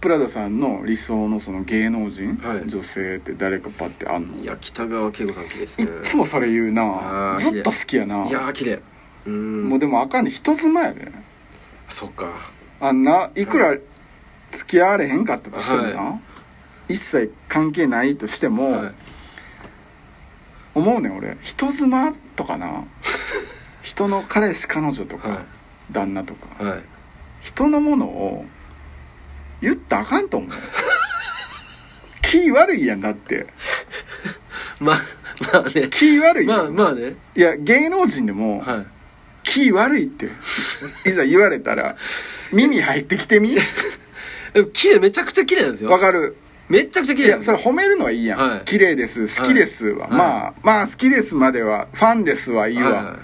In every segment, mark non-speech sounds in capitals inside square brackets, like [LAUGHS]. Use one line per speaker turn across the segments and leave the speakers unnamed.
プラダさんの理想のその芸能人、
はい
女性って誰かパッてあんの
いや北川景子さん綺麗です
い
ね
っつもそれ言う
あ
な
ー
ずっと好きやない
やー綺麗うーん
もうでもあかんね人妻やで
そっか
あんないくら付き合われへんかったとしてもな、
は
一切関係ないとしても、
はい
思うねん俺人妻とかな人の彼氏彼女とか、
は
旦那とか
いはい
人のものを言ったらあかんと
[LAUGHS]
思う気悪いやんだって
まあまあね
気悪いやん
まあまあね
いや芸能人でも、
はい
気悪いっていざ言われたら耳入ってきてみ
でも綺麗めちゃくちゃ綺麗なんですよ
わかる
めちゃくちゃ綺
い
麗なん
や
です
それ褒めるのはいいやん、
はい
綺麗です好きですは、
はい
まあまあ好きですまではファンですはいいわ、
は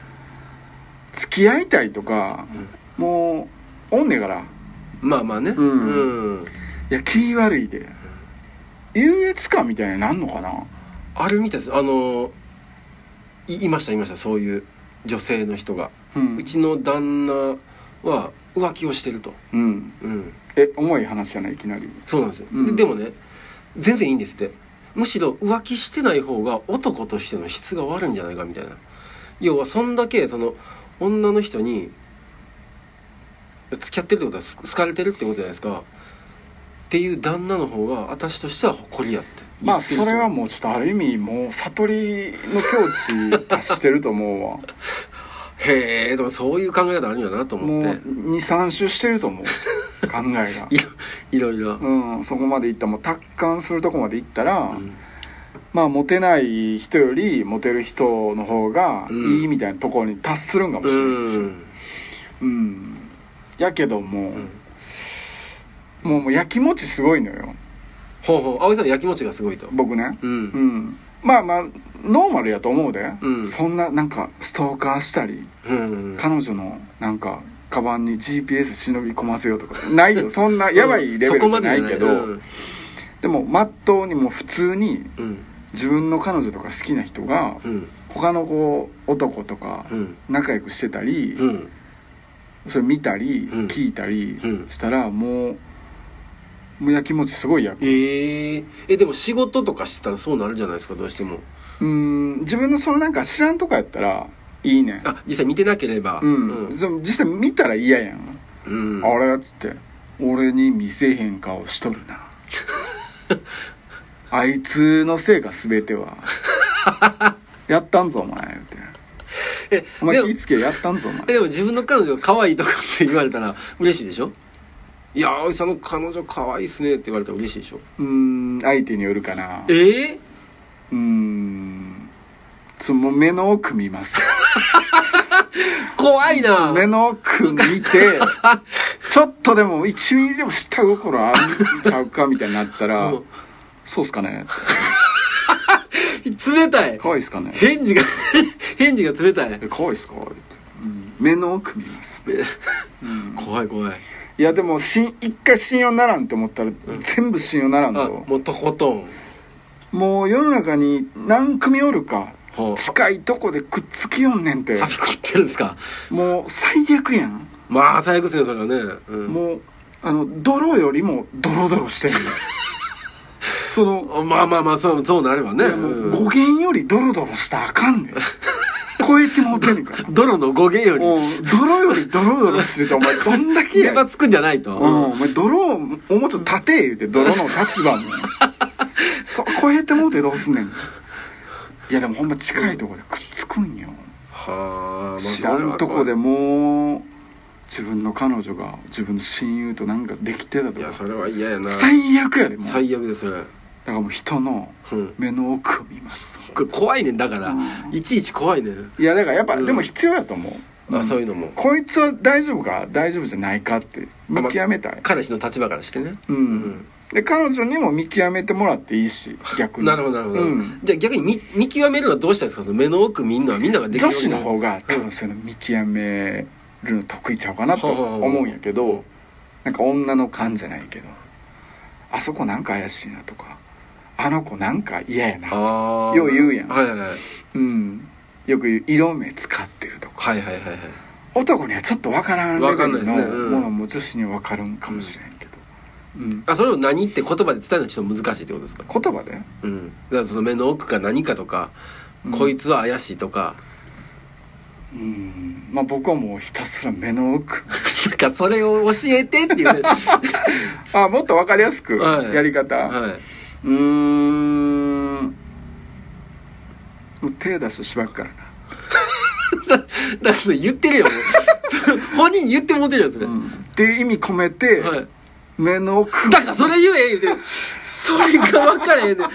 付き合いたいとか、もうおんねから
まあまあね
ん
うん
いや気悪いで優越感みたいになんのかな
あるみたいですあのいいましたいましたそういう女性の人が、
う、
うんちの旦那は浮気をしてると、
うん、
うん、
え重い話じゃないいきなり
そうなんですよ、
うん
ででもね全然いいんですってむしろ浮気してない方が男としての質が悪いんじゃないかみたいな要はそんだけその女の人に付き合ってるってことはす好かれてるってことじゃないですかっていう旦那の方が私としては誇りやって
まあ
言ってる
そ
人
れはもうちょっとある意味もう悟りの境地達してると思うわ
へえでもそういう考え方あるんやなと
も
思
う
って
23周してると
[LAUGHS]
思う考えが
いろいろいろ、
うんそこまでいったもう達観するとこまでいったら、
うん
まあモテない人よりモテる人の方がいいみたいなところに達するんかもしれないですよ
うん
うんやけども、
ん
もうもうやきもちすごいのよ
ほうほう葵さんやきもちがすごいと
僕ね
う
うんんまあまあノーマルやと思うで、
うん
そんななんかストーカーしたり
うん
彼女のなんかカバンに GPS 忍び込ませようとかないよそんなやばいレベルじゃないけど、
そこまで
でもまっとうにもう普通に
じゃないうん
自分の彼女とか好きな人が
うん
他のこう男とか
うん
仲良くしてたり、
うん
それ見たり
うん
聞いたり
うん
したらもうもうやきもちすごいや
えー、えでも仕事とかしてたらそうなるじゃないですかどうしても
うん自分のそのなんか知らんとかやったらいいね
あ実際見てなければ
うん、でも実際見たら嫌やん、
うん
あれっつって俺に見せへん顔しとる
[LAUGHS]
なあいつのせいか全て
[LAUGHS]
はやったんぞお前言うて
え
お前
でも
気ぃつけやったんぞお前
えでも自分の彼女が可愛いとかって言われたら嬉しいでしょいや葵さんの彼女可愛いっすねって言われたら嬉しいでしょ
うん相手によるかな
ええ
うんその目の奥見 [LAUGHS] ます
怖いな
目の奥見 [LAUGHS] てちょっとでも1ミリでも下心あんちゃうかみたいになったら
うん
[LAUGHS] そうっすかね
冷たい
可愛いっすかね
返事が [LAUGHS] 返事が冷たい
え可愛いっすかって、うん、目の奥見ます、うん
怖い怖い
いやでもしん一回信用ならんと思ったら全部信用ならん
あ
と、
もうとことん
もう世の中に何組おるか
ほう
近いとこでくっつきよんねんて
はびこってるんですか
もう最悪やん、
まあ最悪ですねそれはね、うん、
もうあの泥よりもドロドロしてるその、
まあまあまあそうそうなればね、
いやもう語源よりドロドロしたらあかんねん超えてもうてんねんから
うん泥の語源よ
もう泥よりドロドロしててお前どんだけ
り
や
やっぱつくんじゃないと、
うん、お前泥をおもちょっと立て言うて泥の立
[LAUGHS]
場もそこへってもうてどうすんねんいやでもほんま近いとこでくっつくんよ
はあ、まあ、
知らんとこでもう自分の彼女が自分の親友となんかできてた
い
と
やそ
か
れは嫌やな
最悪やでもうだ
最悪ですそれ、
からもう人の
うん、
目の奥を見ます
これ怖いねんだから、
うん
いちいち怖いねん、
いやだからやっぱ、
うん
でも必要やと思う、
あそういう
う
のも
こいつは大丈夫か大丈夫じゃないかって見極めたい、
彼氏の立場からしてね
うん、で彼女にも見極めてもらっていいし逆に
なるほどなるほど、
うん
じゃあ逆に見見極めるのはどうしたんですかその目の奥みんなはみんなができる
女
よう
子
に
の方が多分そういうの見極めるの得意ちゃうかなと
ほうほうほう
思うんやけどなんか女の勘じゃないけどあそこなんか怪しいなとかあの子なんか嫌やな
ああ
よう言うやん
はいはいはい
うんよく言う色目使ってるとか
はいはいはいはい
男にはちょっとわからんレベ
わかん
ル
ないですね
の
うん
ものも女子にはわかるんかもしれんけど、うん
あそれを何って言葉で伝えるのはちょっと難しいってことですか
言葉で
うんだからその目の奥か何かとか、
うん
こいつは怪しいとか
うんまあ僕はもうひたすら目の奥 [LAUGHS]
なんかそれを教えてっていうね
あもっと分かりやすく
はい
やり方、
は
うーんもう手出してしばくからな、
いだからそれ言っ
[LAUGHS]
てるよもうそれ本人に言ってもうてるやつね、
っていう意味込めて、
はい
目の奥
だからそれ言え言うてそれが分からへんねん